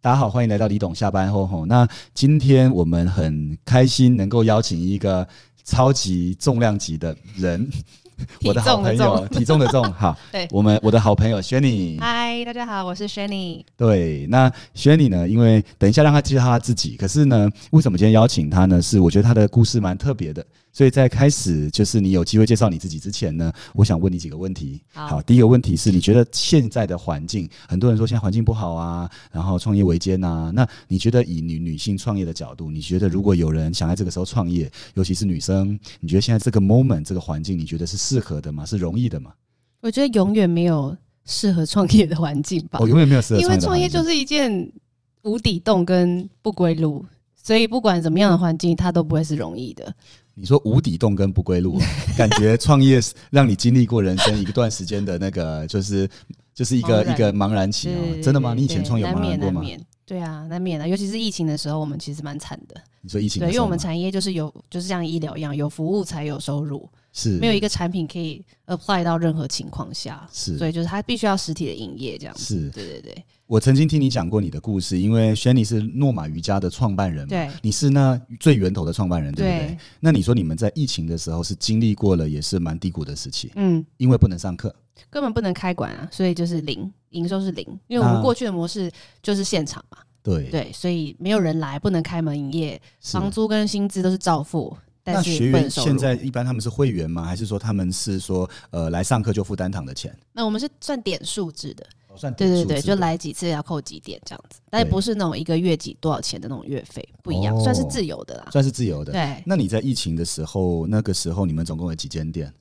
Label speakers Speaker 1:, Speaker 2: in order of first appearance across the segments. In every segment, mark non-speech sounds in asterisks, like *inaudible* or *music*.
Speaker 1: 大家好，欢迎来到李董下班后吼。那今天我们很开心能够邀请一个超级重量级的人，
Speaker 2: 体
Speaker 1: 我的好
Speaker 2: 重的
Speaker 1: 朋友，
Speaker 2: 重
Speaker 1: 体重的重，好，
Speaker 2: *laughs* 对
Speaker 1: 我嗯们我的好朋友 Shanny，
Speaker 2: 嗨，大家好，我是 Shanny。
Speaker 1: 对，那 Shanny 呢，因为等一下让他介绍他自己，可是呢，为什么今天邀请他呢？是我觉得他的故事蛮特别的，所以在开始就是你有机会介绍你自己之前呢，我想问你几个问题。
Speaker 2: 好
Speaker 1: 第一个问题是，你觉得现在的环境，很多人说现在环境不好啊，然后创业维艰啊，那你觉得以女女性创业的角度，你觉得如果有人想在这个时候创业，尤其是女生，你觉得现在这个 moment 这个环境，你觉得是适合的吗？是容易的吗？
Speaker 2: 我觉得永远没有适合创业的环境吧，
Speaker 1: 我、哦永远没有适合
Speaker 2: 因为创业
Speaker 1: 的环境
Speaker 2: 就是一件无底洞跟不归路，所以不管怎么样的环境，它都不会是容易的。
Speaker 1: 你说无底洞跟不归
Speaker 2: *laughs*
Speaker 1: 路、啊，感觉创业是让你经历过人生一段时间的那个，就是就是一个
Speaker 2: 茫然
Speaker 1: 一个茫然期哦、
Speaker 2: 对
Speaker 1: 真的吗？你以前
Speaker 2: 对
Speaker 1: 创业有
Speaker 2: 难
Speaker 1: 茫然
Speaker 2: 免
Speaker 1: 过
Speaker 2: 难
Speaker 1: 吗？
Speaker 2: 免，对啊，难免啊，尤其是疫情的时候，我们其实蛮惨的。
Speaker 1: 你说疫情的
Speaker 2: 对，因
Speaker 1: 时
Speaker 2: 为
Speaker 1: 候啊
Speaker 2: 我
Speaker 1: 吗，
Speaker 2: 们产业就是有，就是像医疗一样，有服务才有收入，
Speaker 1: 是
Speaker 2: 没有一个产品可以 apply 到任何情况下，所
Speaker 1: 是
Speaker 2: 以就是它必须要实体的营业这样子。
Speaker 1: 是，
Speaker 2: 对对对
Speaker 1: 我曾经听你讲过你的故事，因为轩尼是诺玛瑜伽的创办人嘛，
Speaker 2: 对
Speaker 1: 你是那最源头的创办人，对不对？
Speaker 2: 对，
Speaker 1: 那你说你们在疫情的时候是经历过了也是蛮低谷的时期，
Speaker 2: 嗯。
Speaker 1: 因为不能上课，
Speaker 2: 根本不能开馆啊，所以就是零营收是零，因为我
Speaker 1: 那
Speaker 2: 们过去的模式就是现场嘛，
Speaker 1: 啊对，
Speaker 2: 对，所以没有人来，不能开门营业，
Speaker 1: 是
Speaker 2: 房租跟薪资都是照付，
Speaker 1: 那
Speaker 2: 但
Speaker 1: 学
Speaker 2: 是不
Speaker 1: 员
Speaker 2: 能收
Speaker 1: 现
Speaker 2: 入。
Speaker 1: 在一般他们是会员吗？还是说他们是说呃来上课就付单堂的钱？
Speaker 2: 那我们是算点数制的，
Speaker 1: 哦算
Speaker 2: 对对
Speaker 1: 点
Speaker 2: 对，
Speaker 1: 数字
Speaker 2: 就
Speaker 1: 的
Speaker 2: 来几次要扣几点这样子，但
Speaker 1: 对
Speaker 2: 不是那种一个月几多少钱的那种月费，不一样，
Speaker 1: 哦
Speaker 2: 算是自由的啦。
Speaker 1: 算是自由的。
Speaker 2: 对，
Speaker 1: 那你在疫情的时候，那个时候你们总共有几间店？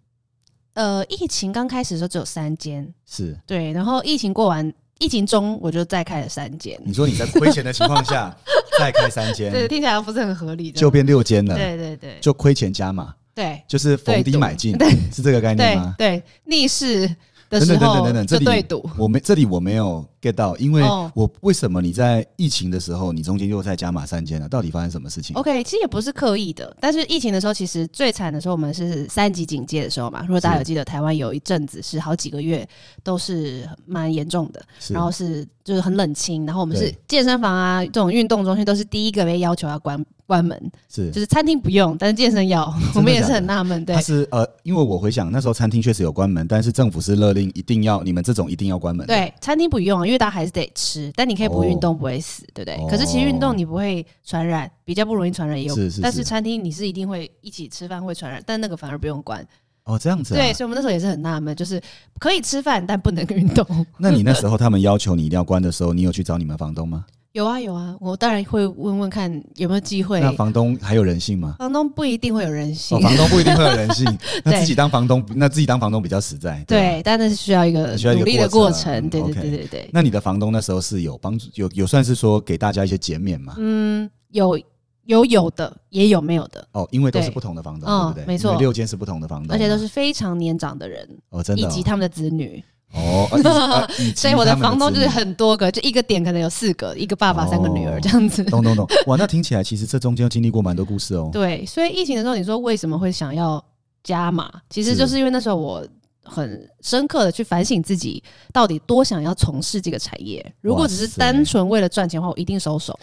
Speaker 2: 呃，疫情刚开始的时候只有三间，
Speaker 1: 是
Speaker 2: 对，然后疫情过完，疫情中我就再开了三间，
Speaker 1: 你说
Speaker 2: *laughs*
Speaker 1: 你在亏钱的情况下再开三
Speaker 2: 对，
Speaker 1: 间，
Speaker 2: 听起来不是很合理的，
Speaker 1: *laughs* 就变六间了，
Speaker 2: 对对对
Speaker 1: 就亏钱加码，
Speaker 2: 对，
Speaker 1: 就是逢低买进，是这个概念
Speaker 2: 对
Speaker 1: 吗？
Speaker 2: 对，逆势的
Speaker 1: 等
Speaker 2: 时
Speaker 1: 等等等
Speaker 2: 候
Speaker 1: 等等，这
Speaker 2: 就对
Speaker 1: 里
Speaker 2: 赌。
Speaker 1: 我没这里我没有 get 到，因为
Speaker 2: 哦
Speaker 1: 我为什么你在疫情的时候，你中间又再加码三间了？到底发生什么事情？
Speaker 2: OK，其实也不是刻意的，但是疫情的时候，其实最惨的时候，我们是三级警戒的时候嘛。如果大家有记得，台湾有一阵子是好几个月都是蛮严重的，
Speaker 1: 是
Speaker 2: 然后是就是很冷清，然后我们是
Speaker 1: 对
Speaker 2: 健身房啊这种运动中心都是第一个被要求要关关门，
Speaker 1: 是
Speaker 2: 就是餐厅不用，但是健
Speaker 1: *laughs*
Speaker 2: 身要，我们也是很纳闷，对
Speaker 1: 它，是呃，因为我回想那时候餐厅确实有关门，但是政府是勒令一定要你们这种一定要关门的。
Speaker 2: 对，餐厅不用，啊因为大家还是得吃，但你可以不运
Speaker 1: 哦
Speaker 2: 动，不会死，对不对？
Speaker 1: 哦
Speaker 2: 可是其实运动你不会传染，比较不容易传染，也有。
Speaker 1: 是是
Speaker 2: 但
Speaker 1: 是
Speaker 2: 是餐厅你是一定会一起吃饭会传染，但那个反而不用关。
Speaker 1: 哦，这样子啊。
Speaker 2: 对，所以我们那时候也是很纳闷，就是可以吃饭，但不能运动。
Speaker 1: *laughs* 那你那时
Speaker 2: *laughs*
Speaker 1: 候他们要求你一定要关的时候，你有去找你们房东吗？
Speaker 2: 有啊有啊，我当然会问问看有没有机会。
Speaker 1: 那房东还有人性
Speaker 2: *laughs*
Speaker 1: 吗？
Speaker 2: 房东不一定会有人性，
Speaker 1: 哦，房东不一定会有
Speaker 2: *laughs*
Speaker 1: 人性，那
Speaker 2: 对
Speaker 1: 自己当房东，那自己当房东比较实在。吧。
Speaker 2: 对，但那是需要一个
Speaker 1: 啊需要一个
Speaker 2: 努力的
Speaker 1: 过
Speaker 2: 过
Speaker 1: 程啊
Speaker 2: 程。对对
Speaker 1: ，OK
Speaker 2: 对对对，
Speaker 1: 那你的房东那时候是有帮助，有有算是说给大家一些减免嘛？
Speaker 2: 嗯，有有有的，也有没有的，
Speaker 1: 哦，因为都是
Speaker 2: 对
Speaker 1: 不同的房东，
Speaker 2: 嗯
Speaker 1: 对不对？
Speaker 2: 没错
Speaker 1: 因为六间是不同的房东嘛，
Speaker 2: 而且都是非常年长的人，
Speaker 1: 哦，真
Speaker 2: 以
Speaker 1: 的
Speaker 2: 及他们的子女。
Speaker 1: 哦，
Speaker 2: *laughs*
Speaker 1: 哦以及啊以及
Speaker 2: 所以我的
Speaker 1: 他们
Speaker 2: 房东就
Speaker 1: 子
Speaker 2: 是
Speaker 1: 女
Speaker 2: 很多个，就一个点可能有四个，一个爸爸，
Speaker 1: 哦
Speaker 2: 三个女儿这样子。
Speaker 1: 懂懂懂， *laughs* 哇，那听起来其实这中间经历过蛮多故事哦。
Speaker 2: 对，所以疫情的时候，你说为什么会想要加码？其实
Speaker 1: 是
Speaker 2: 就是因为那时候我很深刻的去反省自己，到底多想要从事这个产业。如
Speaker 1: 哇
Speaker 2: 果只是
Speaker 1: 塞
Speaker 2: 单纯为了赚钱的话，我一定收手。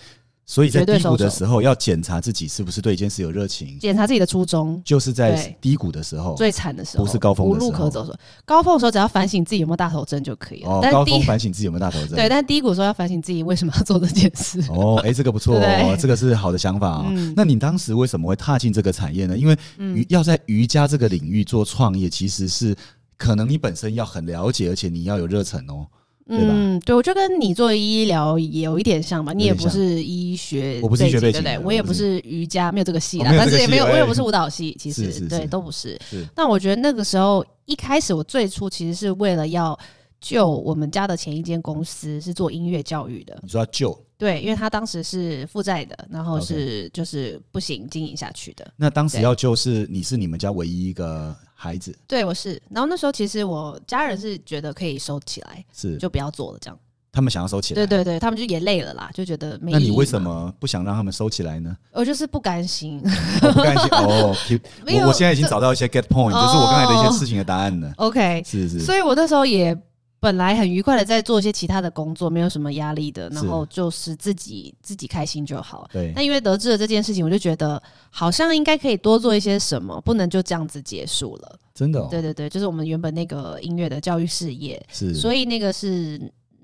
Speaker 1: 所以在
Speaker 2: 绝对
Speaker 1: 低谷的
Speaker 2: 收手
Speaker 1: 时候，要检查自己是不是对一件事有热情，
Speaker 2: 检查自己的初衷，
Speaker 1: 就是在
Speaker 2: 对
Speaker 1: 低谷的时候。
Speaker 2: 最惨的时候
Speaker 1: 不是高峰的
Speaker 2: 无
Speaker 1: 时候
Speaker 2: 路可走的时候，高峰的时候只要反省自己有没有大头针就可以了。
Speaker 1: 哦，
Speaker 2: 但
Speaker 1: 高
Speaker 2: 低
Speaker 1: 峰反省自己有没有大头症。
Speaker 2: 对，但低谷的时候要反省自己为什么要做这件事。
Speaker 1: *laughs* 哦，哎、这个不错
Speaker 2: 对不
Speaker 1: 哦，
Speaker 2: 对
Speaker 1: 这个是好的想法哦。
Speaker 2: 嗯
Speaker 1: 那你当时为什么会踏进这个产业呢？因为瑜要在瑜伽这个领域做创业，其实是可能你本身要很了解，而且你要有热忱哦。对吧
Speaker 2: 嗯，对，我就跟你做医疗也有一点像吧，你也
Speaker 1: 有点
Speaker 2: 不
Speaker 1: 像
Speaker 2: 是医学，
Speaker 1: 我不是医学背
Speaker 2: 对
Speaker 1: 景
Speaker 2: 不对？
Speaker 1: 的
Speaker 2: 我也
Speaker 1: 我不
Speaker 2: 不
Speaker 1: 是
Speaker 2: 是瑜伽，没有这个系
Speaker 1: 我
Speaker 2: 啦
Speaker 1: 没，有
Speaker 2: 但
Speaker 1: 这
Speaker 2: 是
Speaker 1: 个
Speaker 2: 也没有，
Speaker 1: 系
Speaker 2: 我也
Speaker 1: 哎
Speaker 2: 不是舞蹈系，其
Speaker 1: 是是
Speaker 2: 实
Speaker 1: 是
Speaker 2: 对，都不是
Speaker 1: 是。
Speaker 2: 那我觉得那个时候一开始，我最初其实是为了要救我们家的前一间公司，是做音乐教育的，
Speaker 1: 你说要救，
Speaker 2: 对，因为他当时是负债的，然后
Speaker 1: OK
Speaker 2: 是就是不行经营下去的。
Speaker 1: 那当时
Speaker 2: 对
Speaker 1: 要救是你是你们家唯一一个孩子，
Speaker 2: 对，我是。然后那时候其实我家人是觉得可以收起来，
Speaker 1: 是
Speaker 2: 就不要做了这样。
Speaker 1: 他们想要收起来。
Speaker 2: 对对对，他们就也累了啦，就觉得没。
Speaker 1: 那你为什？么不想让他们收起来呢？
Speaker 2: 我呃就是不甘心，
Speaker 1: 我不甘心哦，
Speaker 2: *laughs* 没有哦
Speaker 1: 我我现在已经找到一些 get point，
Speaker 2: 这
Speaker 1: 这是我刚才的一些事情的答案了。
Speaker 2: OK，
Speaker 1: 是是，
Speaker 2: 所以我那时候也本来很愉快的在做一些其他的工作，没有什么压力的，
Speaker 1: 是
Speaker 2: 然后就是自己自己开心就好。
Speaker 1: 对
Speaker 2: 那，因为得知了这件事情，我就觉得好像应该可以多做一些什么，不能就这样子结束了。
Speaker 1: 真的、哦，
Speaker 2: 对对对，就是我们原本那个音乐的教育事业，
Speaker 1: 是。
Speaker 2: 所以那个是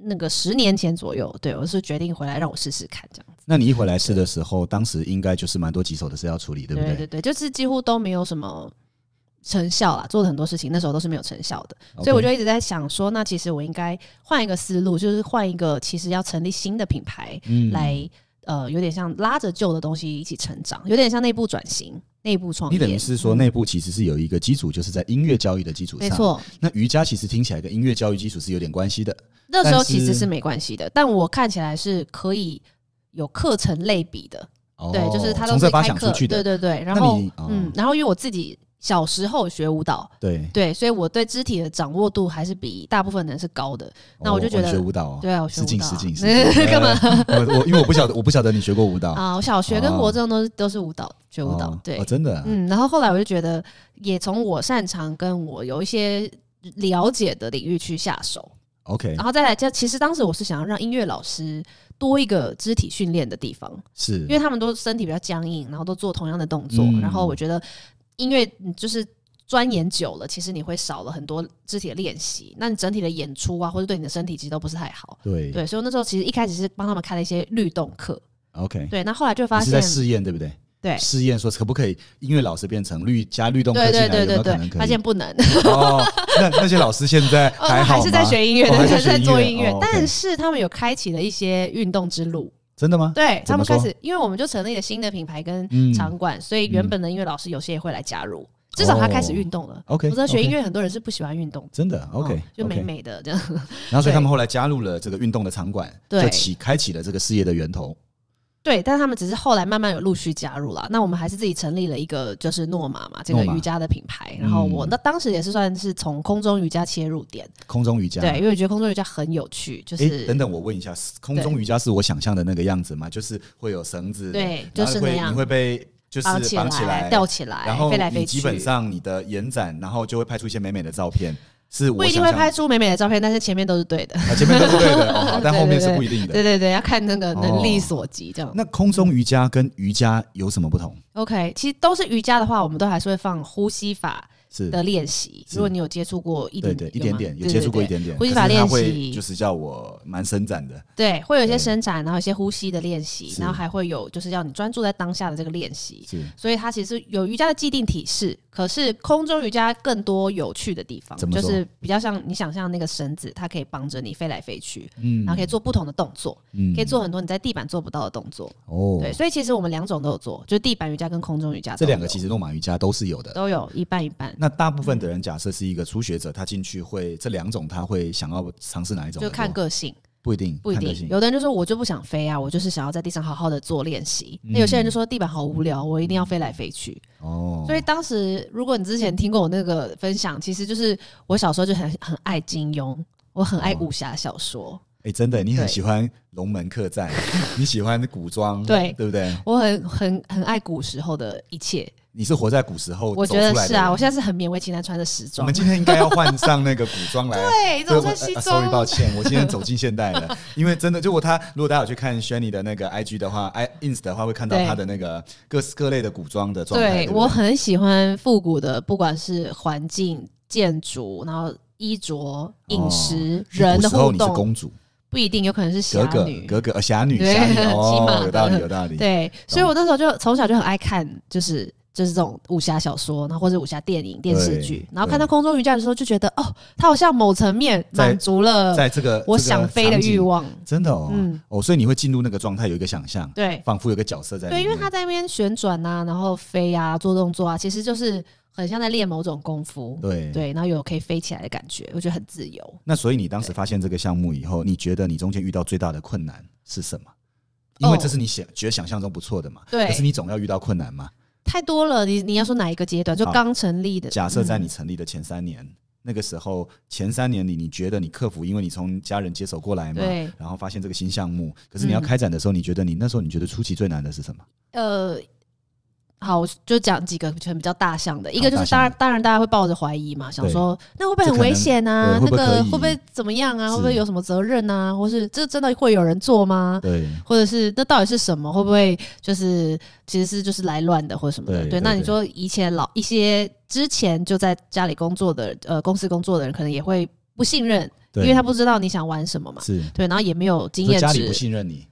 Speaker 2: 那个十年前左右，对我是决定回来让我试试看这样子。
Speaker 1: 那你一回来试的时候，当时应该就是蛮多棘手的事要处理，对不
Speaker 2: 对对对，就是几乎都没有什么成效啦，做了很多事情，那时候都是没有成效的。
Speaker 1: OK
Speaker 2: 所以我就一直在想说，那其实我应该换一个思路，就是换一个其实要成立新的品牌
Speaker 1: 嗯
Speaker 2: 来，呃，有点像拉着旧的东西一起成长，有点像内部转型、内部创业。
Speaker 1: 你等于是说内部其实是有一个基础，就是在音乐教育的基础上。
Speaker 2: 嗯没，错，
Speaker 1: 那瑜伽其实听起来跟音乐教育基础是有点关系的。
Speaker 2: 那时候其
Speaker 1: 但
Speaker 2: 实
Speaker 1: 是
Speaker 2: 是没关系的，但我看起来是可以有课程类比的，
Speaker 1: 哦
Speaker 2: 对，就是他都
Speaker 1: 从
Speaker 2: 是
Speaker 1: 这发
Speaker 2: 开
Speaker 1: 想
Speaker 2: 课
Speaker 1: 出，去
Speaker 2: 对
Speaker 1: 的。
Speaker 2: 对对。然
Speaker 1: 那
Speaker 2: 后
Speaker 1: 你哦，
Speaker 2: 嗯，然后因为我自己小时候学舞蹈，
Speaker 1: 对，
Speaker 2: 对，所以我对肢体的掌握度还是比大部分人是高的。那我就
Speaker 1: 哦
Speaker 2: 觉得
Speaker 1: 学舞蹈哦，
Speaker 2: 对啊，我学
Speaker 1: 失
Speaker 2: 舞
Speaker 1: 敬
Speaker 2: 蹈
Speaker 1: 失敬
Speaker 2: *laughs* 啊
Speaker 1: 失敬。干嘛？
Speaker 2: *laughs*
Speaker 1: 我我因为我不晓得，我不晓得你学过舞蹈。
Speaker 2: 啊，我小学跟国中都是都是舞蹈，学舞蹈
Speaker 1: 哦，
Speaker 2: 对
Speaker 1: 哦，，真的啊，
Speaker 2: 嗯。然后后来我就觉得，也从我擅长跟我有一些了解的领域去下手，
Speaker 1: OK，
Speaker 2: 然后再来就其实当时我是想要让音乐老师多一个肢体训练的地方，
Speaker 1: 是
Speaker 2: 因为他们都身体比较僵硬，然后都做同样的动作，
Speaker 1: 嗯
Speaker 2: 然后我觉得音乐嗯就是。钻研久了，其实你会少了很多肢体的练习，那你整体的演出啊，或者对你的身体其实都不是太好。
Speaker 1: 对
Speaker 2: 对，所以我那时候其实一开始是帮他们开了一些律动课，
Speaker 1: OK，
Speaker 2: 对，那后来就发
Speaker 1: 你是在
Speaker 2: 现，
Speaker 1: 试验对不对？
Speaker 2: 对
Speaker 1: 试验说可不可以音乐老师变成律加律动科
Speaker 2: 对
Speaker 1: 技来，
Speaker 2: 对对
Speaker 1: 有没
Speaker 2: 对
Speaker 1: 有可
Speaker 2: 对
Speaker 1: 能，可
Speaker 2: 发
Speaker 1: 以
Speaker 2: 现？不 *laughs* 能，
Speaker 1: 哦，那那些老师现在
Speaker 2: 哦，
Speaker 1: 还
Speaker 2: 他
Speaker 1: 好
Speaker 2: 还
Speaker 1: 吗？
Speaker 2: 是在学音乐，
Speaker 1: 哦
Speaker 2: 对，
Speaker 1: 还
Speaker 2: 还
Speaker 1: 在
Speaker 2: 是在
Speaker 1: 学
Speaker 2: 做
Speaker 1: 音
Speaker 2: 音
Speaker 1: 乐
Speaker 2: 乐
Speaker 1: 哦，
Speaker 2: 但
Speaker 1: OK
Speaker 2: 是他们有开启了一些运动之路，
Speaker 1: 真的吗？
Speaker 2: 对
Speaker 1: 怎么
Speaker 2: 他们开
Speaker 1: 说
Speaker 2: 始，因为我们就成立了新的品牌跟
Speaker 1: 嗯
Speaker 2: 场馆，所以原本的音乐老师有些也会来加入，至少他开始运动了。
Speaker 1: OK，
Speaker 2: 我知道学音
Speaker 1: 乐
Speaker 2: 乐很多人是不喜欢运动的。
Speaker 1: 真的 OK，
Speaker 2: 哦就美
Speaker 1: OK
Speaker 2: 美的这样。 *laughs*
Speaker 1: 然后所以
Speaker 2: 对
Speaker 1: 他们后来加入了这个运动的场馆，
Speaker 2: 对
Speaker 1: 就起开启了这个事业的源头。
Speaker 2: 对，但他们只是后来慢慢有陆续加入啦。那我们还是自己成立了一个就是诺玛嘛，这个
Speaker 1: 诺玛
Speaker 2: 瑜伽的品牌。然后我
Speaker 1: 嗯
Speaker 2: 那当时也是算是从空中瑜伽切入点，
Speaker 1: 空中瑜伽，
Speaker 2: 对，因为我觉得空中瑜伽很有趣，就
Speaker 1: 诶，
Speaker 2: 是
Speaker 1: 等等，我问一下，是空中瑜伽是我想象的那个样子吗？就是会有绳子，
Speaker 2: 对
Speaker 1: 然后
Speaker 2: 就是
Speaker 1: 会
Speaker 2: 那样
Speaker 1: 你会被就是
Speaker 2: 绑
Speaker 1: 绑
Speaker 2: 啊起
Speaker 1: 起
Speaker 2: 来、吊起来
Speaker 1: 然后
Speaker 2: 飞来
Speaker 1: 你
Speaker 2: 飞
Speaker 1: 基
Speaker 2: 去。
Speaker 1: 本上你的延展，然后就会拍出一些美美的照片。是
Speaker 2: 不
Speaker 1: 我
Speaker 2: 一定
Speaker 1: 想
Speaker 2: 会
Speaker 1: 象
Speaker 2: 拍出美美的照片，但是前面都是对的。
Speaker 1: 啊，前面都是对的，哦，
Speaker 2: *laughs*
Speaker 1: 好，但后面是
Speaker 2: 对对对
Speaker 1: 不一定的。
Speaker 2: 对对对，要看那个能力
Speaker 1: 哦
Speaker 2: 所及这样。
Speaker 1: 那空中瑜伽跟瑜伽有什么不同？
Speaker 2: OK，其实都是瑜伽的话，我们都还是会放呼吸法
Speaker 1: 是
Speaker 2: 的练习。
Speaker 1: 是
Speaker 2: 如果你有接触过一
Speaker 1: 对对，
Speaker 2: 点点，
Speaker 1: 一点点
Speaker 2: 吗
Speaker 1: 有接触过一，
Speaker 2: 对对
Speaker 1: 点点，
Speaker 2: 呼吸
Speaker 1: 可是
Speaker 2: 法
Speaker 1: 它
Speaker 2: 练
Speaker 1: 会
Speaker 2: 习
Speaker 1: 就是叫我蛮伸展的，
Speaker 2: 对对，会有一些
Speaker 1: 对
Speaker 2: 伸展，然后一些呼吸的练习，
Speaker 1: 是
Speaker 2: 然后还会有就是要你专注在当下的这个练习。
Speaker 1: 是
Speaker 2: 所以它其实有瑜伽的既定体式，可是空中瑜伽更多有趣的地方
Speaker 1: 怎，么
Speaker 2: 就
Speaker 1: 说
Speaker 2: 是比较像你想象那个绳子，它可以绑着你飞来飞去，
Speaker 1: 嗯
Speaker 2: 然后可以做不同的动作，
Speaker 1: 嗯
Speaker 2: 可以做很多你在地板做不到的动作。
Speaker 1: 哦
Speaker 2: 对，所以其实我们两种都有做，就是地板瑜伽跟空中瑜伽都
Speaker 1: 这
Speaker 2: 有。
Speaker 1: 两个其实诺马瑜伽都是有的。
Speaker 2: 都嗯有一半一半，
Speaker 1: 那大部分的人假设是一个初学者，他进去会这两种，他会想要尝试哪一种？
Speaker 2: 就看个性，
Speaker 1: 不一定，
Speaker 2: 不一
Speaker 1: 看个
Speaker 2: 定。
Speaker 1: 性
Speaker 2: 有的人就说我就不想飞啊，我就是想要在地上好好的做练习。
Speaker 1: 嗯
Speaker 2: 那有些人就说地板好无聊，我一定要飞来飞去。
Speaker 1: 哦。
Speaker 2: 所以当时如果你之前听过我那个分享，其实就是我小时候就很很爱金庸。我很
Speaker 1: 哦
Speaker 2: 爱武侠小说，
Speaker 1: 哎，真的，你很
Speaker 2: 对
Speaker 1: 喜欢龙门客栈， *laughs* 你喜欢古装，
Speaker 2: 对
Speaker 1: 对不对？
Speaker 2: 我很很很爱古时候的一切。
Speaker 1: 你是活在古时候
Speaker 2: 我
Speaker 1: 走
Speaker 2: 觉
Speaker 1: 出来的
Speaker 2: 得是啊，
Speaker 1: 人
Speaker 2: 我现在是很勉为其难穿着时
Speaker 1: 我
Speaker 2: 装
Speaker 1: 们。今天应该要换上那个古装
Speaker 2: *laughs*
Speaker 1: 来。
Speaker 2: 对，怎
Speaker 1: 对
Speaker 2: 么
Speaker 1: 我
Speaker 2: 穿
Speaker 1: 呃
Speaker 2: 西
Speaker 1: 呃
Speaker 2: 装？
Speaker 1: Sorry，抱歉，我今天走进现代
Speaker 2: *laughs*
Speaker 1: 了。因为真的，就我他，如果大家有去看 Shani 的那个 IG 的话，i ins 的话，会看到
Speaker 2: 对
Speaker 1: 他的那个各式各类的古装的状态。
Speaker 2: 对
Speaker 1: 对不对
Speaker 2: 我很喜欢复古的，不管是环境、建筑，然后衣着、饮食、人
Speaker 1: 哦古
Speaker 2: 的
Speaker 1: 时候
Speaker 2: 互
Speaker 1: 你是
Speaker 2: 动，
Speaker 1: 公主，
Speaker 2: 不一定，有可能是
Speaker 1: 格
Speaker 2: 侠
Speaker 1: 格
Speaker 2: 女。
Speaker 1: 格格呃侠女
Speaker 2: 对 *laughs*
Speaker 1: 侠女
Speaker 2: 骑马
Speaker 1: 哦，
Speaker 2: 的
Speaker 1: 有道理有道理。
Speaker 2: 对，所以我那时候就从小就很爱看，就是就是这种武侠小说，然后或者武侠电影、电视剧
Speaker 1: 对，
Speaker 2: 然后看到空中瑜伽的时候，就觉得哦，它好像某层面
Speaker 1: 在
Speaker 2: 满足了
Speaker 1: 在这个
Speaker 2: 我想飞的欲，望。
Speaker 1: 这个场景真的哦
Speaker 2: 嗯
Speaker 1: 哦，所以你会进入那个状态，有一个想象，
Speaker 2: 对
Speaker 1: 仿佛有个角色在里
Speaker 2: 对，
Speaker 1: 面。
Speaker 2: 因为它在那边旋转啊，然后飞啊，做动作啊，其实就是很像在练某种功夫。
Speaker 1: 对
Speaker 2: 对，然后有可以飞起来的感觉，我觉得很自由。
Speaker 1: 那所以你当时发现这个项目以后，你觉得你中间遇到最大的困难是什么？因为
Speaker 2: 哦
Speaker 1: 这是你想觉得想象中不错的嘛，
Speaker 2: 对
Speaker 1: 可是你总要遇到困难嘛。
Speaker 2: 太多了，你你要说哪一个阶段？就
Speaker 1: 好
Speaker 2: 刚成立的，嗯
Speaker 1: 假设在你成立的前三年，那个时候前三年里，你觉得你克服，因为你从家人接手过来嘛
Speaker 2: 对，
Speaker 1: 然后发现这个新项目，可是你要
Speaker 2: 嗯
Speaker 1: 开展的时候，你觉得你那时候你觉得初期最难的是什么？
Speaker 2: 呃，好，我就讲几个可能比较大项的，一个就
Speaker 1: 大
Speaker 2: 是
Speaker 1: 项
Speaker 2: 当然，当然大家会抱着怀疑嘛，想
Speaker 1: 对
Speaker 2: 说那会不会
Speaker 1: 这
Speaker 2: 很
Speaker 1: 可能
Speaker 2: 危险啊？
Speaker 1: 对
Speaker 2: 那
Speaker 1: 会不会
Speaker 2: 个
Speaker 1: 可以
Speaker 2: 会不会怎么样啊？
Speaker 1: 是
Speaker 2: 会不会有什么责任啊？或是这真的会有人做吗？
Speaker 1: 对
Speaker 2: 或者是那到底是什么？会不会就是其实是就是来乱的或什么的？
Speaker 1: 对对
Speaker 2: 那你
Speaker 1: 对
Speaker 2: 说以前老一些之前就在家里工作的呃公司工作的人，可能也会不信任，因
Speaker 1: 对，
Speaker 2: 为他不知道你想玩什么嘛。
Speaker 1: 是
Speaker 2: 对，然后也没有经
Speaker 1: 所以
Speaker 2: 验
Speaker 1: 家里
Speaker 2: 值
Speaker 1: 不，信任你，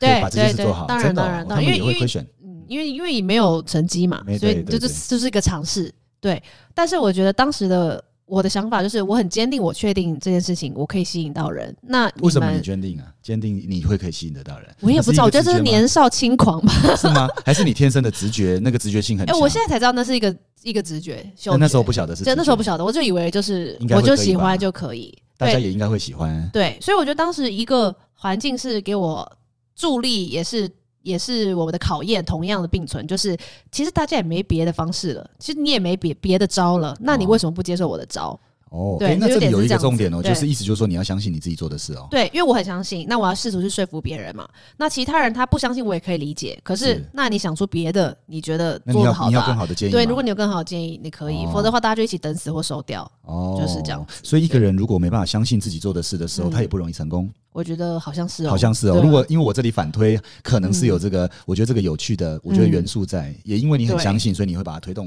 Speaker 1: 可以
Speaker 2: 对
Speaker 1: 把这件
Speaker 2: 对
Speaker 1: 事
Speaker 2: 对
Speaker 1: 做好，，
Speaker 2: 当然
Speaker 1: 真的哦
Speaker 2: 当然
Speaker 1: 他
Speaker 2: 当然，
Speaker 1: 们
Speaker 2: 因为
Speaker 1: 也
Speaker 2: 因
Speaker 1: 会
Speaker 2: 为
Speaker 1: 亏损，
Speaker 2: 嗯，因为因为也没有成绩嘛，
Speaker 1: 没
Speaker 2: 所以
Speaker 1: 对
Speaker 2: 这
Speaker 1: 对
Speaker 2: 这
Speaker 1: 对
Speaker 2: 这是一个尝试，对。但是我觉得当时的我的想法就是，我很坚定，我确定这件事情我可以吸引到人。那
Speaker 1: 为什么
Speaker 2: 们
Speaker 1: 你坚定啊？坚定你会可以吸引得到人？
Speaker 2: 我也不知道，我觉得这是
Speaker 1: 一个直觉吗
Speaker 2: 年少轻狂
Speaker 1: *laughs*
Speaker 2: 吧。
Speaker 1: 是吗？还是你天生的直觉？那个直觉性很
Speaker 2: 哎、
Speaker 1: 强。哎
Speaker 2: 我现在才知道那是一个一个直觉，嗅
Speaker 1: 但那
Speaker 2: 觉
Speaker 1: 时候不晓得是直
Speaker 2: 对
Speaker 1: 觉，
Speaker 2: 那时候不晓得，我就以为就是
Speaker 1: 应该
Speaker 2: 我
Speaker 1: 会
Speaker 2: 就
Speaker 1: 可以
Speaker 2: 喜
Speaker 1: 吧
Speaker 2: 欢就可以。
Speaker 1: 大家
Speaker 2: 对
Speaker 1: 也应该会喜欢。
Speaker 2: 对，所以我觉得当时一个环境是给我助力，也是也是我们的考验，同样的并存，就是其实大家也没别的方式了，其实你也没别别的招了，那你
Speaker 1: 哦
Speaker 2: 为什么不接受我的招？
Speaker 1: 哦，
Speaker 2: 对
Speaker 1: 诶那这
Speaker 2: 就有
Speaker 1: 里
Speaker 2: 点
Speaker 1: 有
Speaker 2: 是
Speaker 1: 一
Speaker 2: 这
Speaker 1: 个
Speaker 2: 样
Speaker 1: 重点
Speaker 2: 子
Speaker 1: 哦，
Speaker 2: 对
Speaker 1: 就是意思就是说你要相信你自己做的事哦。
Speaker 2: 对，因为我很相信，那我要试图去说服别人嘛。那其他人他不相信，我也可以理解。可是，
Speaker 1: 是
Speaker 2: 那你想出别的，你觉得
Speaker 1: 那你
Speaker 2: 做的
Speaker 1: 要
Speaker 2: 好
Speaker 1: 你
Speaker 2: 的
Speaker 1: 要更
Speaker 2: 啊、
Speaker 1: 好的建议吗，
Speaker 2: 对，如果你有更好的建议，你可以，
Speaker 1: 哦
Speaker 2: 否则的话大家就一起等死或收掉。
Speaker 1: 哦
Speaker 2: 就是这样。
Speaker 1: 所以一个人如果没办法相信自己做的事的时候，
Speaker 2: 嗯
Speaker 1: 他也不容易成功，
Speaker 2: 我觉得好像是哦，
Speaker 1: 好像是哦。
Speaker 2: 对啊嗯
Speaker 1: 如果因为我这里反推，可能是有这个，我觉得这个有趣的，我觉得元素在，也因为你很
Speaker 2: 对
Speaker 1: 相信，所以你会把它推动，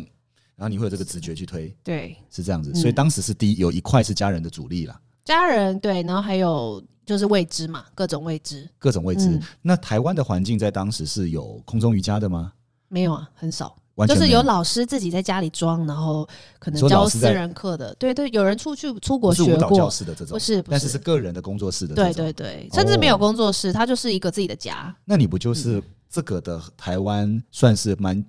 Speaker 1: 然后你会有这个直觉去推，
Speaker 2: 对
Speaker 1: 是这样子。
Speaker 2: 嗯
Speaker 1: 所以当时是第一有一块是家人的阻力啦，
Speaker 2: 家人对，然后还有就是未知嘛，各种未知。
Speaker 1: 各种未知。
Speaker 2: 嗯
Speaker 1: 那台湾的环境在当时是有空中瑜伽的吗？
Speaker 2: 没有啊，很少，
Speaker 1: 完
Speaker 2: 就
Speaker 1: 全
Speaker 2: 是
Speaker 1: 没
Speaker 2: 有老师自己在家里装，然后可
Speaker 1: 你
Speaker 2: 能
Speaker 1: 说
Speaker 2: 教
Speaker 1: 老师
Speaker 2: 私
Speaker 1: 在
Speaker 2: 人课的，对对，有人出去出
Speaker 1: 不
Speaker 2: 国
Speaker 1: 是
Speaker 2: 学
Speaker 1: 舞蹈教
Speaker 2: 过，
Speaker 1: 室的这种
Speaker 2: 不，是不
Speaker 1: 但是是个人的工作室的这
Speaker 2: 对
Speaker 1: 种。
Speaker 2: 对对，甚至没有工作室，它就是一个自己的家，
Speaker 1: 那你不
Speaker 2: 嗯
Speaker 1: 就是这个的台湾算是蛮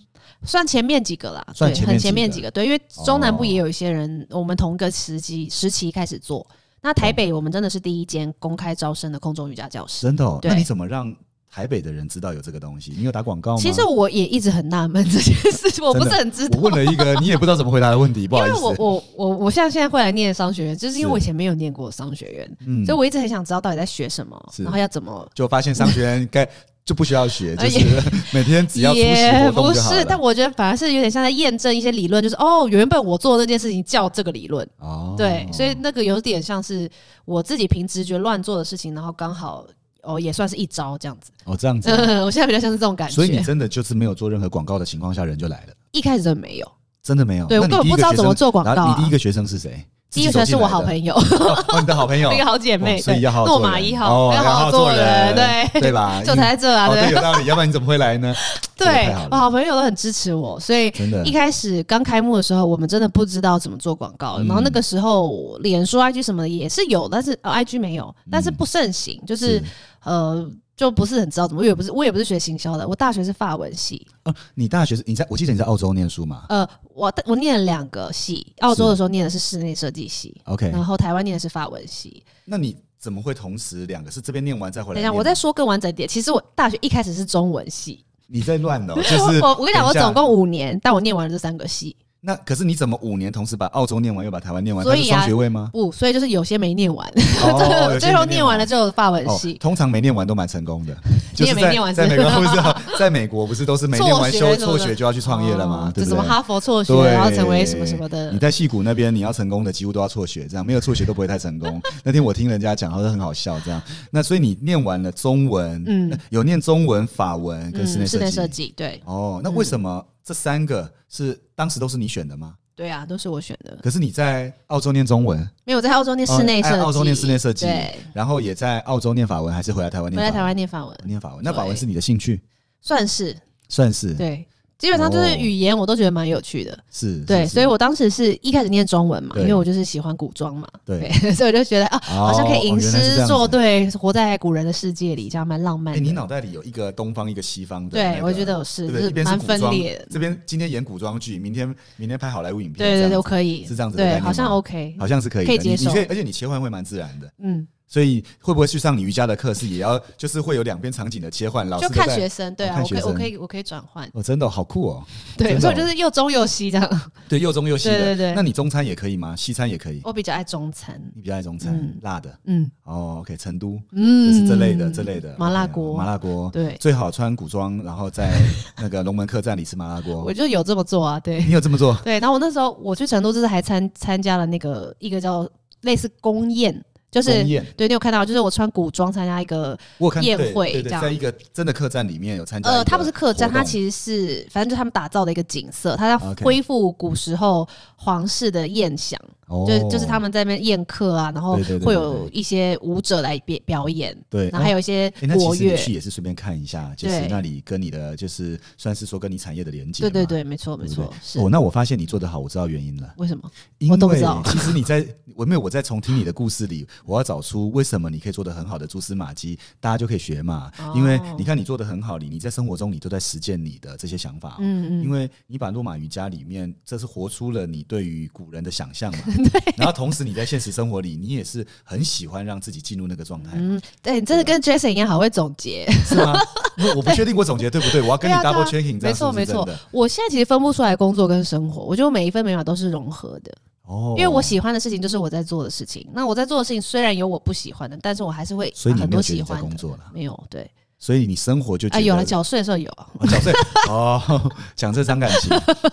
Speaker 2: 算前面几个啦，
Speaker 1: 哦算
Speaker 2: 对，
Speaker 1: 前面
Speaker 2: 很
Speaker 1: 几
Speaker 2: 前面
Speaker 1: 个
Speaker 2: 几个，对，因为中南部
Speaker 1: 哦
Speaker 2: 也有一些人，我们同一个时期时期开始做。那台北我们真的是第一间公开招生的空中瑜伽教室。
Speaker 1: 真的、哦？
Speaker 2: 对
Speaker 1: 那你怎么让台北的人知道有这个东西？你有打广告吗？
Speaker 2: 其实我也一直很纳闷这件事，情，我不
Speaker 1: *laughs* 真
Speaker 2: 是
Speaker 1: 的
Speaker 2: 很知道
Speaker 1: 我。问了一个 *laughs* 你也不知道怎么回答的问题，不
Speaker 2: 因
Speaker 1: 好意
Speaker 2: 为
Speaker 1: 思。
Speaker 2: 我我我我像现在会来念商学院，就是因为
Speaker 1: 是
Speaker 2: 我以前没有念过商学院，
Speaker 1: 嗯
Speaker 2: 所以我一直很想知道到底在学什么，
Speaker 1: 是
Speaker 2: 然后要怎么。
Speaker 1: 就发现商学院该就不需要
Speaker 2: *laughs*
Speaker 1: 学，
Speaker 2: 哎
Speaker 1: 就是 *laughs* 每天只要出席
Speaker 2: 也
Speaker 1: 活
Speaker 2: 不
Speaker 1: 动就好
Speaker 2: 是，但
Speaker 1: 了。
Speaker 2: 我觉得反而是有点像在验证一些理论，就是哦，原本我做的那件事情叫这个理论，
Speaker 1: 哦
Speaker 2: 对，所以那个有点像是我自己凭直觉乱做的事情，然后刚好哦也算是一招这样子。
Speaker 1: 哦这样子啊、
Speaker 2: *laughs* 嗯，我现在比较像是这种感
Speaker 1: 所以你
Speaker 2: 觉，
Speaker 1: 真的就是没有做任何广告的情况下，人就来了，
Speaker 2: 一开始真的没有，
Speaker 1: 真的没有。
Speaker 2: 对我
Speaker 1: 那你
Speaker 2: 根本
Speaker 1: 第一
Speaker 2: 不
Speaker 1: 个
Speaker 2: 知道
Speaker 1: 学
Speaker 2: 怎么
Speaker 1: 生
Speaker 2: 做广告
Speaker 1: 然后你第
Speaker 2: 啊
Speaker 1: 一。个学生是谁？
Speaker 2: 第一个学生是我好
Speaker 1: 友，
Speaker 2: 朋友，
Speaker 1: *laughs* 哦，你的好朋友
Speaker 2: *laughs* 那，个好姐
Speaker 1: 哦
Speaker 2: 妹，
Speaker 1: 所以
Speaker 2: 对
Speaker 1: 要好好
Speaker 2: 诺
Speaker 1: 做
Speaker 2: 马
Speaker 1: 人
Speaker 2: 一
Speaker 1: 哦
Speaker 2: 号，
Speaker 1: 要
Speaker 2: 要
Speaker 1: 好
Speaker 2: 好
Speaker 1: 好
Speaker 2: 做
Speaker 1: 做人
Speaker 2: 对
Speaker 1: 对吧？
Speaker 2: *laughs* 就才在这啊，
Speaker 1: 哦，对，
Speaker 2: 对
Speaker 1: 有道理，要不然你怎么会来
Speaker 2: *laughs*
Speaker 1: 呢？这个太
Speaker 2: 对
Speaker 1: 好，了
Speaker 2: 我好朋友都很支持我，所以
Speaker 1: 真的
Speaker 2: 一，开始刚开幕的时候，我们真的不知道怎么做广告，
Speaker 1: 嗯
Speaker 2: 然后那个时候脸书、IG 什么的也是有，但是、哦、IG 没有，但是
Speaker 1: 嗯
Speaker 2: 不盛行，就是呃。就不是很知道怎么，我也不是，我也不是学行销的，我大学是法文系，
Speaker 1: 哦，你大学是你在我记得你在澳洲念书嘛
Speaker 2: 呃，我我念了两个系，澳洲的时候念的是室内设计系，
Speaker 1: ？OK，
Speaker 2: 然后台湾念的是法文系。
Speaker 1: 那你怎么会同时两个是这边念完再回来
Speaker 2: 等一
Speaker 1: 念
Speaker 2: 下，
Speaker 1: 吗？
Speaker 2: 我再说更完整一点，其实我大学一开始是中文系，
Speaker 1: 你在乱
Speaker 2: *laughs*
Speaker 1: 哦，就是
Speaker 2: 我我跟你讲，我
Speaker 1: 等一下
Speaker 2: 总共五年，但我念完了这三个系，
Speaker 1: 那可是你怎么五年同时把澳洲念完又把台湾念完？
Speaker 2: 所
Speaker 1: 它
Speaker 2: 以
Speaker 1: 是
Speaker 2: 啊
Speaker 1: 双学位
Speaker 2: *laughs*
Speaker 1: 吗？
Speaker 2: 不，所以就是有些没念完， *laughs*
Speaker 1: 哦
Speaker 2: 最后念完了。
Speaker 1: 有些没
Speaker 2: 之后法文
Speaker 1: 哦
Speaker 2: 系，，
Speaker 1: 通常没念完都蛮成功的，
Speaker 2: 你
Speaker 1: 就
Speaker 2: 也
Speaker 1: 是
Speaker 2: 没
Speaker 1: 在
Speaker 2: 念完是
Speaker 1: 在美
Speaker 2: 不是
Speaker 1: 国不是哦在美国不是都是没念完
Speaker 2: 辍学
Speaker 1: 休
Speaker 2: 什么
Speaker 1: 辍
Speaker 2: 的
Speaker 1: 学就要去创业了吗
Speaker 2: 哦？
Speaker 1: 对
Speaker 2: 就
Speaker 1: 不
Speaker 2: 什么
Speaker 1: 对？
Speaker 2: 哈佛辍学，
Speaker 1: 对
Speaker 2: 然后成为什么什么的
Speaker 1: 你。在戏谷那边，你要成功的几乎都要辍学，这样没有辍学都不会太成
Speaker 2: *laughs*
Speaker 1: 功。那天我听人家讲，好像很好笑这样。那所以你念完了中文，
Speaker 2: 嗯
Speaker 1: 呃有念中文、法文跟
Speaker 2: 嗯，
Speaker 1: 室内
Speaker 2: 室
Speaker 1: 设
Speaker 2: 内
Speaker 1: 计。
Speaker 2: 设计，对
Speaker 1: 哦，那为什么这三个是当时都是你选的吗？
Speaker 2: 对啊，都是我选的。
Speaker 1: 可是你在澳洲念中文，
Speaker 2: 没有我在澳洲念室内设计，
Speaker 1: 哦澳洲念室内设计
Speaker 2: 对，
Speaker 1: 然后也在澳洲念法文，还是回来台湾
Speaker 2: 回
Speaker 1: 念？
Speaker 2: 来台湾念法文，
Speaker 1: 念法文，那
Speaker 2: 对
Speaker 1: 法文是你的兴趣，
Speaker 2: 算是
Speaker 1: 算是
Speaker 2: 对。基本上就是
Speaker 1: 哦
Speaker 2: 语言，我都觉得蛮有趣的。
Speaker 1: 是，
Speaker 2: 对，
Speaker 1: 哦是
Speaker 2: 所以我当时是一开始念中文嘛，
Speaker 1: 对
Speaker 2: 因为我就是喜欢古装嘛， *laughs*
Speaker 1: 对。
Speaker 2: 对，所以我就觉得啊，
Speaker 1: 好
Speaker 2: 好像可以吟诗作。
Speaker 1: 哦原来是这样子
Speaker 2: 对，活在古人的世界里，这样蛮浪漫
Speaker 1: 哎、
Speaker 2: 的。
Speaker 1: 你脑袋里有一个东方，一个西方的那个、
Speaker 2: 对，我觉得我是
Speaker 1: 对不
Speaker 2: 就
Speaker 1: 对？一边是
Speaker 2: 蛮
Speaker 1: 古
Speaker 2: 分
Speaker 1: 装
Speaker 2: 裂的。
Speaker 1: 这边今天演古装剧，明天明天拍好莱坞影片，这
Speaker 2: 对对
Speaker 1: 样
Speaker 2: 对，
Speaker 1: 子
Speaker 2: 我可以
Speaker 1: 是这样子的概
Speaker 2: 对，
Speaker 1: 念吗
Speaker 2: 好像 OK，
Speaker 1: 好像是可以的，
Speaker 2: 可以接
Speaker 1: 你
Speaker 2: 受
Speaker 1: 你可以，而且你切换会蛮自然的。
Speaker 2: 嗯，
Speaker 1: 所以会不会去上你瑜伽的课是也要就是会有两边场景的切换，老师
Speaker 2: 就
Speaker 1: 都
Speaker 2: 看
Speaker 1: 在
Speaker 2: 学生，对
Speaker 1: 哦
Speaker 2: 啊，
Speaker 1: 看
Speaker 2: 我可以
Speaker 1: 学
Speaker 2: 我
Speaker 1: 生
Speaker 2: 可以我可以转换，
Speaker 1: 哦，真的哦、好酷哦！真
Speaker 2: 对，
Speaker 1: 的
Speaker 2: 所以
Speaker 1: 哦
Speaker 2: 我就是又中又西这样。
Speaker 1: 对，又中又西的。
Speaker 2: 对对对
Speaker 1: 那你中餐也可以吗？西餐也可以。
Speaker 2: 我比较爱中餐，
Speaker 1: 你比较爱中餐，
Speaker 2: 嗯
Speaker 1: 辣的
Speaker 2: 嗯
Speaker 1: 哦。OK，成都
Speaker 2: 嗯，
Speaker 1: 就是这类的，这类的
Speaker 2: 麻辣
Speaker 1: OK，
Speaker 2: 锅
Speaker 1: 麻辣锅。
Speaker 2: 对，
Speaker 1: 最好穿古装，然后在那个龙门客栈里吃麻辣锅
Speaker 2: *laughs* 我。就有这么做啊，对 *laughs*
Speaker 1: 你有这么做？
Speaker 2: 对。然后我那时候我去成都，就是还参参加了那个一个叫类似公宴，就是
Speaker 1: 鸿雁，
Speaker 2: 对你有看到，就是我穿古装参加一个，
Speaker 1: 我有看
Speaker 2: 宴
Speaker 1: 对
Speaker 2: 会
Speaker 1: 对对
Speaker 2: 这样
Speaker 1: 在一个真的客栈里面有参加一个活
Speaker 2: 呃，
Speaker 1: 动。
Speaker 2: 它不是客栈，它其实是反正就是他们打造的一个景色，它要
Speaker 1: OK
Speaker 2: 恢复古时候皇室的宴享，
Speaker 1: 哦
Speaker 2: 就是就是他们在那边宴客啊，然后
Speaker 1: 对对对对
Speaker 2: 会有一些舞者来表表演，
Speaker 1: 对，
Speaker 2: 然后还
Speaker 1: 有。
Speaker 2: 有一些
Speaker 1: 诶那
Speaker 2: 国
Speaker 1: 其实
Speaker 2: 乐
Speaker 1: 你，去也是顺便看一下，就是
Speaker 2: 对
Speaker 1: 那里跟你的就是算是说跟你产业的连接。
Speaker 2: 对对。对，没错没
Speaker 1: 对不
Speaker 2: 错
Speaker 1: 对，
Speaker 2: 是
Speaker 1: 哦，那我发现你做得好，我知道原因了。
Speaker 2: 为什么？
Speaker 1: 因
Speaker 2: 我都不
Speaker 1: 为
Speaker 2: 知 *laughs* 道
Speaker 1: 其实你在我没有我在重听你的故事里，我要找出为什么你可以做得很好的蛛丝马迹，大家就可以学嘛。
Speaker 2: 哦
Speaker 1: 因为你看你做得很好，你你在生活中你都在实践你的这些想法。
Speaker 2: 嗯嗯，
Speaker 1: 因为你把罗马瑜伽里面，这是活出了你对于古人的想象
Speaker 2: *laughs*
Speaker 1: 嘛。对。然后同时你在现实生活里，你也是很喜欢让自己进入那个状态，
Speaker 2: 嗯，对，你真的
Speaker 1: 啊
Speaker 2: 跟 Jason 一样，好会总结。
Speaker 1: 是吗？因为我不确定我总结对不对，我要跟你
Speaker 2: *laughs* 对啊
Speaker 1: double
Speaker 2: 对
Speaker 1: checking，这
Speaker 2: 没
Speaker 1: 样是
Speaker 2: 错
Speaker 1: 不
Speaker 2: 没
Speaker 1: 是真
Speaker 2: 错
Speaker 1: 的？，
Speaker 2: 我现在其实分不出来工作跟生活，我觉得我每一分每秒都是融合的，
Speaker 1: 哦
Speaker 2: 因为我。喜欢的事情就是我在做的事情。那我在做的事情虽然有我不喜欢的，但是我还是会
Speaker 1: 所以你
Speaker 2: 很
Speaker 1: 没
Speaker 2: 多
Speaker 1: 有觉得
Speaker 2: 喜
Speaker 1: 你在
Speaker 2: 欢
Speaker 1: 工
Speaker 2: 的。
Speaker 1: 作了，
Speaker 2: 没有对
Speaker 1: 所以你生活就觉
Speaker 2: 啊，
Speaker 1: 得
Speaker 2: 有了缴税的时候有，
Speaker 1: 哦缴税哦， *laughs* 讲这伤感情。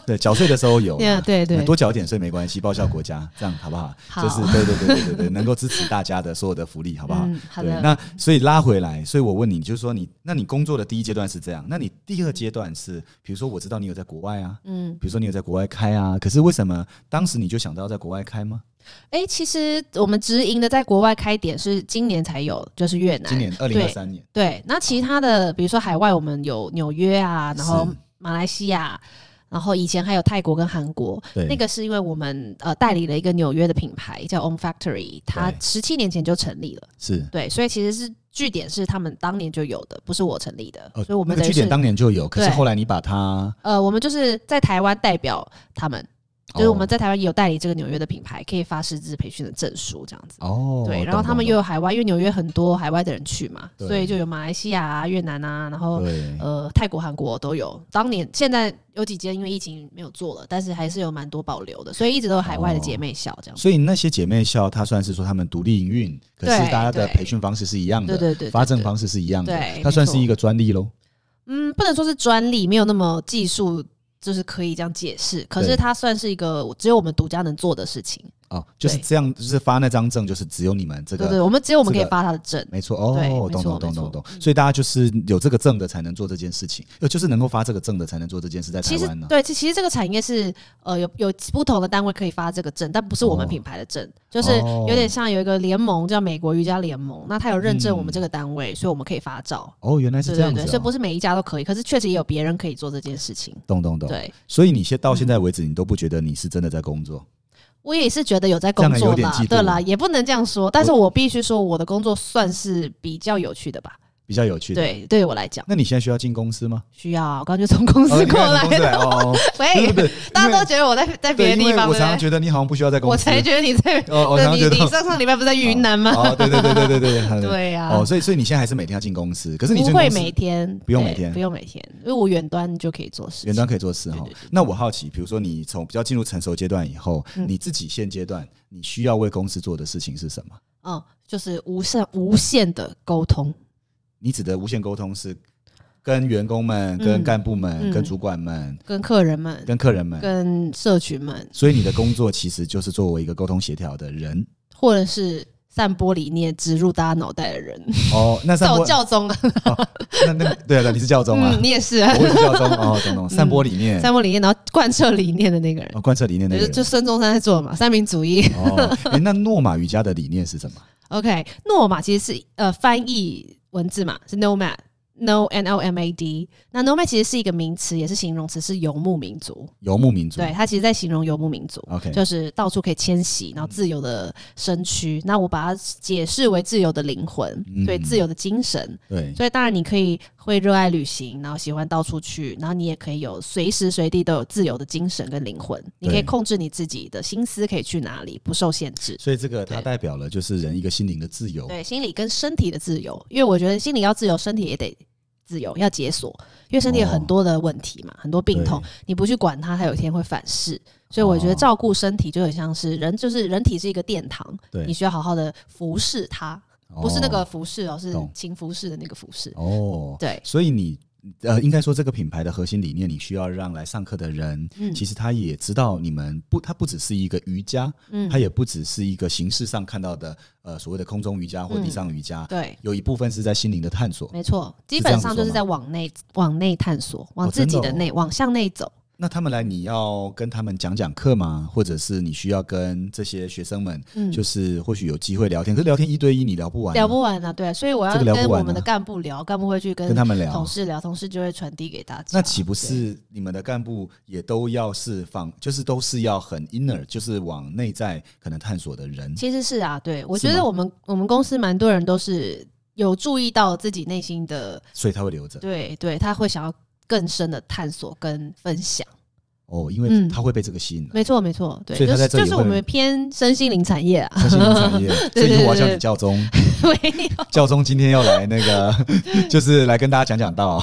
Speaker 1: 对，缴税的时候有啦，
Speaker 2: Yeah，对 *laughs* 对
Speaker 1: 那多缴一点税没关系，报效国家，这样好不好？
Speaker 2: 好
Speaker 1: 就是对对对对对对，能够支持大家的所有的福利，好不好？
Speaker 2: 嗯好
Speaker 1: 对
Speaker 2: 的，
Speaker 1: 那所以拉回来，所以我问你，就是说你，那你工作的第一阶段是这样，那你第二阶段是，比如说我知道你有在国外啊，
Speaker 2: 嗯，
Speaker 1: 比如说你有在国外开啊，可是为什么当时你就想到要在国外开吗？
Speaker 2: 哎、其实我们直营的在国外开点是今年才有，就是越南。
Speaker 1: 今年二零二三年，
Speaker 2: 哎对，那其他的比如说海外，我们有纽约啊，然后
Speaker 1: 是
Speaker 2: 马来西亚，然后以前还有泰国跟韩国。
Speaker 1: 对
Speaker 2: 那个是因为我们呃代理了一个纽约的品牌叫 On Factory，它
Speaker 1: 对
Speaker 2: 十七年前就成立了，
Speaker 1: 是。
Speaker 2: 对，所以其实是据点是他们当年就有的，不是我成立的，
Speaker 1: 呃
Speaker 2: 所以我们
Speaker 1: 那
Speaker 2: 等
Speaker 1: 个
Speaker 2: 于
Speaker 1: 据
Speaker 2: 是
Speaker 1: 点当年就有，可是
Speaker 2: 对
Speaker 1: 后来你把它，
Speaker 2: 呃我们就是在台湾代表他们，就是
Speaker 1: 哦
Speaker 2: 我们在台湾也有代理这个纽约的品牌，可以发师资培训的证书这样子。
Speaker 1: 哦，
Speaker 2: 对，然
Speaker 1: 懂
Speaker 2: 后他们
Speaker 1: 懂
Speaker 2: 又有海外，因为纽约很多海外的人去嘛，
Speaker 1: 对
Speaker 2: 所以就有马来西亚啊、越南啊，然后
Speaker 1: 懂对，
Speaker 2: 呃泰国、韩国都有。当年现在有几间因为疫情没有做了，但是还是有蛮多保留的，所以一直都有海外的姐妹校这样子。
Speaker 1: 所以那些姐妹校，它虽然是说她们独立营运，可是
Speaker 2: 对
Speaker 1: 大家的
Speaker 2: 对
Speaker 1: 培训方式是一样
Speaker 2: 对
Speaker 1: 的，
Speaker 2: 对对对，
Speaker 1: 嗯发证
Speaker 2: 对
Speaker 1: 方式是一样的
Speaker 2: 对，
Speaker 1: 它算是
Speaker 2: 没错
Speaker 1: 一个专利喽。
Speaker 2: 嗯，不能说是专利，没有那么技术，就是可以这样解释。可是
Speaker 1: 对
Speaker 2: 它算是一个只有我们独家能做的事情，
Speaker 1: 哦，就是
Speaker 2: 对
Speaker 1: 这样，就是发那张证，就是只有你们这
Speaker 2: 对
Speaker 1: 个
Speaker 2: 对，我们只有我们可以
Speaker 1: 这个
Speaker 2: 发它的证。
Speaker 1: 没错
Speaker 2: 对没
Speaker 1: 哦
Speaker 2: 错，
Speaker 1: 懂懂
Speaker 2: 没
Speaker 1: 懂
Speaker 2: 错嗯
Speaker 1: 懂懂，所以大家就是有这个证的才能做这件事情，呃，就是能够发这个证的才能做这件事，在台
Speaker 2: 其实
Speaker 1: 湾呢。
Speaker 2: 对，其其实这个产业是呃有有不同的单位可以发这个证，但不是我们
Speaker 1: 哦
Speaker 2: 品牌的证，就是有点像有一个联盟叫美国瑜伽联盟，那它有认
Speaker 1: 嗯
Speaker 2: 证我们这个单位，所以我们可以发照。
Speaker 1: 哦，原来是
Speaker 2: 对
Speaker 1: 这
Speaker 2: 对
Speaker 1: 样子
Speaker 2: 对，所以不
Speaker 1: 哦，
Speaker 2: 是每一家都可以，可是确实也有别人可以做这件事情。
Speaker 1: 懂懂懂。
Speaker 2: 对，嗯
Speaker 1: 所以你现到现在为止，你都不觉得你是真的在工作，
Speaker 2: 我也是觉得有在
Speaker 1: 这样还
Speaker 2: 工
Speaker 1: 有
Speaker 2: 作
Speaker 1: 点
Speaker 2: 啦
Speaker 1: 嫉，妒
Speaker 2: 对啦，也不能这样说，但是我必须说我的工作算是比较有趣的吧。
Speaker 1: 比较有趣的。
Speaker 2: 对，对我来讲
Speaker 1: 那你现在需要进公司吗？
Speaker 2: 需要啊，我刚就从公
Speaker 1: 哦
Speaker 2: 司
Speaker 1: 你
Speaker 2: 过
Speaker 1: 现在
Speaker 2: 来
Speaker 1: 从公司来
Speaker 2: 的，
Speaker 1: 哦，哦对
Speaker 2: 喂
Speaker 1: 对，对，
Speaker 2: 大
Speaker 1: 因
Speaker 2: 家
Speaker 1: 为
Speaker 2: 都觉得我在在别
Speaker 1: 对
Speaker 2: 的
Speaker 1: 因
Speaker 2: 地
Speaker 1: 为
Speaker 2: 方，
Speaker 1: 我
Speaker 2: 对
Speaker 1: 常常
Speaker 2: 不对？
Speaker 1: 觉得你好像不需要在公司，
Speaker 2: 我才觉得你在，
Speaker 1: 哦， *laughs* 我常常
Speaker 2: 对
Speaker 1: 觉得
Speaker 2: 你你上上礼拜不是在云南吗？
Speaker 1: 哦，对对对对对
Speaker 2: *laughs*
Speaker 1: 对对，对
Speaker 2: 对呀，
Speaker 1: 哦，所以所以你现在还是每天要进公司，可是你进
Speaker 2: 不
Speaker 1: 公
Speaker 2: 会
Speaker 1: 司
Speaker 2: 每天，
Speaker 1: 不用
Speaker 2: 对
Speaker 1: 每天
Speaker 2: 不用每天，因为我远端就可以做事
Speaker 1: 远
Speaker 2: 情。
Speaker 1: 端可以做事哈
Speaker 2: 对对。嗯
Speaker 1: 那我好奇，比如说你从比较进入成熟阶段以后，你自己现阶段你需要为公司做的事情是什么？
Speaker 2: 嗯，就是无限无限的沟通。
Speaker 1: 你指的无线沟通是跟员工们、跟
Speaker 2: 嗯
Speaker 1: 干部们、
Speaker 2: 嗯
Speaker 1: 跟主管们、
Speaker 2: 跟客人们、
Speaker 1: 跟客人们。
Speaker 2: 跟社群们，
Speaker 1: 所以你的工作其实就是作为一个沟通协调的人
Speaker 2: 或者是散播理念植入大家脑袋的人，
Speaker 1: 哦。那散
Speaker 2: 教
Speaker 1: 播
Speaker 2: 教宗啊，
Speaker 1: 那那对了，你是教宗啊
Speaker 2: 嗯，，你也是啊，
Speaker 1: 我也是教宗哦，懂懂。散播理念，
Speaker 2: 散播理念，然后贯彻理念的那个人，
Speaker 1: 哦，贯彻理念的
Speaker 2: 就
Speaker 1: 人
Speaker 2: 是就孙中山在做的嘛，三民主义。 *laughs*
Speaker 1: 哦。诶那诺玛瑜伽的理念是什么？
Speaker 2: OK，诺玛其实是呃翻译文字嘛，是 nomad。 No N O M A D，那 nomad 其实是一个名词，也是形容词，是游牧民族。
Speaker 1: 游牧民族。
Speaker 2: 对，它其实在形容游牧民族。
Speaker 1: ，OK，
Speaker 2: 就是到处可以迁徙，然后自由的身躯。那我把它解释为自由的灵魂，
Speaker 1: 嗯
Speaker 2: 对自由的精神。
Speaker 1: 对，
Speaker 2: 所以当然你可以会热爱旅行，然后喜欢到处去，然后你也可以有随时随地都有自由的精神跟灵魂。你可以控制你自己的心思，可以去哪里，不受限制。
Speaker 1: 所以这个它
Speaker 2: 对
Speaker 1: 代表了就是人一个心灵的自由。
Speaker 2: 对，心理跟身体的自由，因为我觉得心理要自由，身体也得自由，要解锁，因为身体有很多的问题
Speaker 1: 哦
Speaker 2: 嘛，很多病痛，你不去管它，它有一天会反噬。所以我觉得
Speaker 1: 哦
Speaker 2: 照顾身体就很像是人，就是人体是一个殿堂，
Speaker 1: 对
Speaker 2: 你需要好好的服侍它，不是那个服侍哦，是
Speaker 1: 懂
Speaker 2: 勤服侍的那个服侍。
Speaker 1: 哦，哦
Speaker 2: 对，
Speaker 1: 所以你呃，应该说这个品牌的核心理念，你需要让来上课的人，
Speaker 2: 嗯
Speaker 1: 其实他也知道你们不，它不只是一个瑜伽，
Speaker 2: 嗯
Speaker 1: 它，也不只是一个形式上看到的呃所谓的空中瑜伽或地上瑜伽，
Speaker 2: 嗯对，
Speaker 1: 有一部分是在心灵的探索。
Speaker 2: 没错，基
Speaker 1: 是这样
Speaker 2: 本
Speaker 1: 子
Speaker 2: 上
Speaker 1: 说
Speaker 2: 就是
Speaker 1: 吗
Speaker 2: 在往内往内探索，往
Speaker 1: 哦
Speaker 2: 自己
Speaker 1: 真的
Speaker 2: 的
Speaker 1: 哦
Speaker 2: 内、往向内走。
Speaker 1: 那他们来，你要跟他们讲讲课吗？或者是你需要跟这些学生们，
Speaker 2: 嗯，
Speaker 1: 就是或许有机会聊天，可是聊天一对一你聊不完啊，
Speaker 2: 聊不完啊，对，所以我要
Speaker 1: 这个聊不
Speaker 2: 跟我
Speaker 1: 完
Speaker 2: 们的
Speaker 1: 啊
Speaker 2: 干部聊，干部会去跟
Speaker 1: 跟他们聊啊
Speaker 2: 同，事聊，同事就会传递给大家。
Speaker 1: 那岂不是你们的干部也都要是放，就是都是要很 inner，就是往内在可能探索的人
Speaker 2: 对？其实是啊，对我
Speaker 1: 是
Speaker 2: 觉得
Speaker 1: 吗
Speaker 2: 我们我们公司蛮多人都是有注意到自己内心的，
Speaker 1: 所以他会留着
Speaker 2: 对对，他会想要更深的探索跟分享。
Speaker 1: 哦，因
Speaker 2: 嗯
Speaker 1: 为他会被这个吸引了。
Speaker 2: 没错没错，对，
Speaker 1: 所以
Speaker 2: 就
Speaker 1: 他在
Speaker 2: 是
Speaker 1: 这里
Speaker 2: 就是我
Speaker 1: 会
Speaker 2: 们偏身心灵产业啊， *laughs*
Speaker 1: 相信产业，所以以后我要叫
Speaker 2: 对对对
Speaker 1: 你教宗，
Speaker 2: 没
Speaker 1: *laughs*
Speaker 2: 有，
Speaker 1: 教宗今天要来那
Speaker 2: *laughs*
Speaker 1: 个，就是来跟大家讲讲道，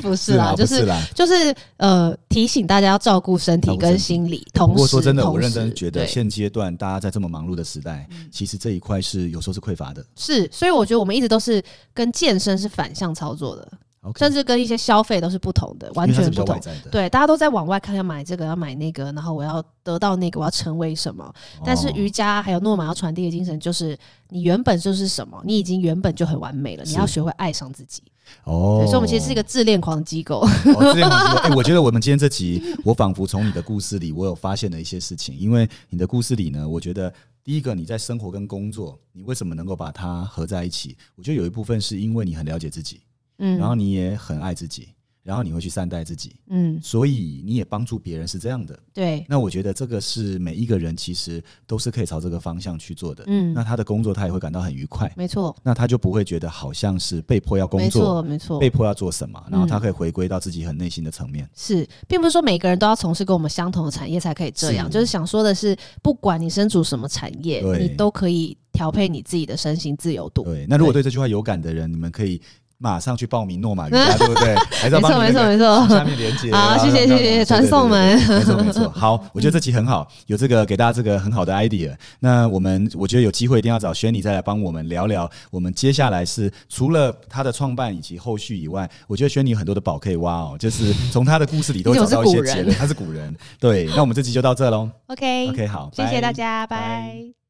Speaker 2: 不是啦，
Speaker 1: 啦，
Speaker 2: 就
Speaker 1: 不是
Speaker 2: 是
Speaker 1: 啦。
Speaker 2: 就是呃，提醒大家要照顾身体
Speaker 1: 照顾身
Speaker 2: 跟
Speaker 1: 体
Speaker 2: 心理，
Speaker 1: 不
Speaker 2: 同
Speaker 1: 过
Speaker 2: 时
Speaker 1: 说真的，
Speaker 2: 同
Speaker 1: 我认
Speaker 2: 时
Speaker 1: 真觉得
Speaker 2: 对嗯
Speaker 1: 现阶段大家在这么忙碌的时代，其实这一块是有时候是匮乏的。
Speaker 2: 是，所以我觉得我们一直都是跟健身是反向操作的，
Speaker 1: OK，
Speaker 2: 甚至跟一些消费都是不同的，完
Speaker 1: 因为它是
Speaker 2: 全
Speaker 1: 比较
Speaker 2: 不
Speaker 1: 外
Speaker 2: 同。
Speaker 1: 在的。
Speaker 2: 对，大家都在往外看，要买这个，要买那个，然后我要得到那个，我要成为什么。但是
Speaker 1: 哦
Speaker 2: 瑜伽还有诺玛要传递的精神，就是你原本就是什么，你已经原本就很完美了，你
Speaker 1: 是
Speaker 2: 要学会爱上自己。对，
Speaker 1: 哦，
Speaker 2: 所以我们其实是一个自恋狂机构。
Speaker 1: 哦，这样子。哎、我觉得我们今天这集，我仿佛从你的故事里，我有发现了一些事情。因为你的故事里呢，我觉得第一个，你在生活跟工作，你为什么能够把它合在一起？我觉得有一部分是因为你很了解自己，
Speaker 2: 嗯，
Speaker 1: 然后你也很爱自己，然后你会去善待自己，
Speaker 2: 嗯，
Speaker 1: 所以你也帮助别人，是这样的。
Speaker 2: 对，
Speaker 1: 那我觉得这个是每一个人其实都是可以朝这个方向去做的。
Speaker 2: 嗯
Speaker 1: 那，他的工作他也会感到很愉快，
Speaker 2: 没错，
Speaker 1: 那他就不会觉得好像是被迫要工
Speaker 2: 没
Speaker 1: 作。
Speaker 2: 错，没错
Speaker 1: 被。迫要做什么，然后他
Speaker 2: 嗯
Speaker 1: 可以回归到自己很内心的层面。
Speaker 2: 是，并不是说每个人都要从事跟我们相同的产业才可以这样，
Speaker 1: 是
Speaker 2: 就是想说的是，不管你身处什么产业，
Speaker 1: 对
Speaker 2: 你都可以调配你自己的身心自由度。
Speaker 1: 对，那如果对这句话有感的人，你们可以马上去报名诺玛瑜
Speaker 2: *laughs*
Speaker 1: 伽，对不对？还是要
Speaker 2: 没
Speaker 1: 帮
Speaker 2: 错，
Speaker 1: 你
Speaker 2: 没错，
Speaker 1: 那
Speaker 2: 没
Speaker 1: 个
Speaker 2: 错。
Speaker 1: 下面连接。啊
Speaker 2: 好谢
Speaker 1: 然后让
Speaker 2: 谢谢谢
Speaker 1: 对对对
Speaker 2: 传送门
Speaker 1: 对对没错没
Speaker 2: *laughs*
Speaker 1: 错。好，我觉得这集很好，有这个给大家这个很好的 idea。那我们我觉得有机会一定要找轩尼再来帮我们聊聊，我们接下来是除了他的创办以及后续以外，我觉得轩尼有很多的宝可以挖哦，就是从他的故事里都会
Speaker 2: 毕
Speaker 1: 找
Speaker 2: 竟
Speaker 1: 到
Speaker 2: 我
Speaker 1: 一
Speaker 2: 是
Speaker 1: 些
Speaker 2: *laughs* 古人
Speaker 1: 结论。他是古人，对。那我们这集就到这喽。
Speaker 2: OK，
Speaker 1: OK，好，
Speaker 2: 谢谢
Speaker 1: 拜
Speaker 2: 大家，
Speaker 1: 拜
Speaker 2: 拜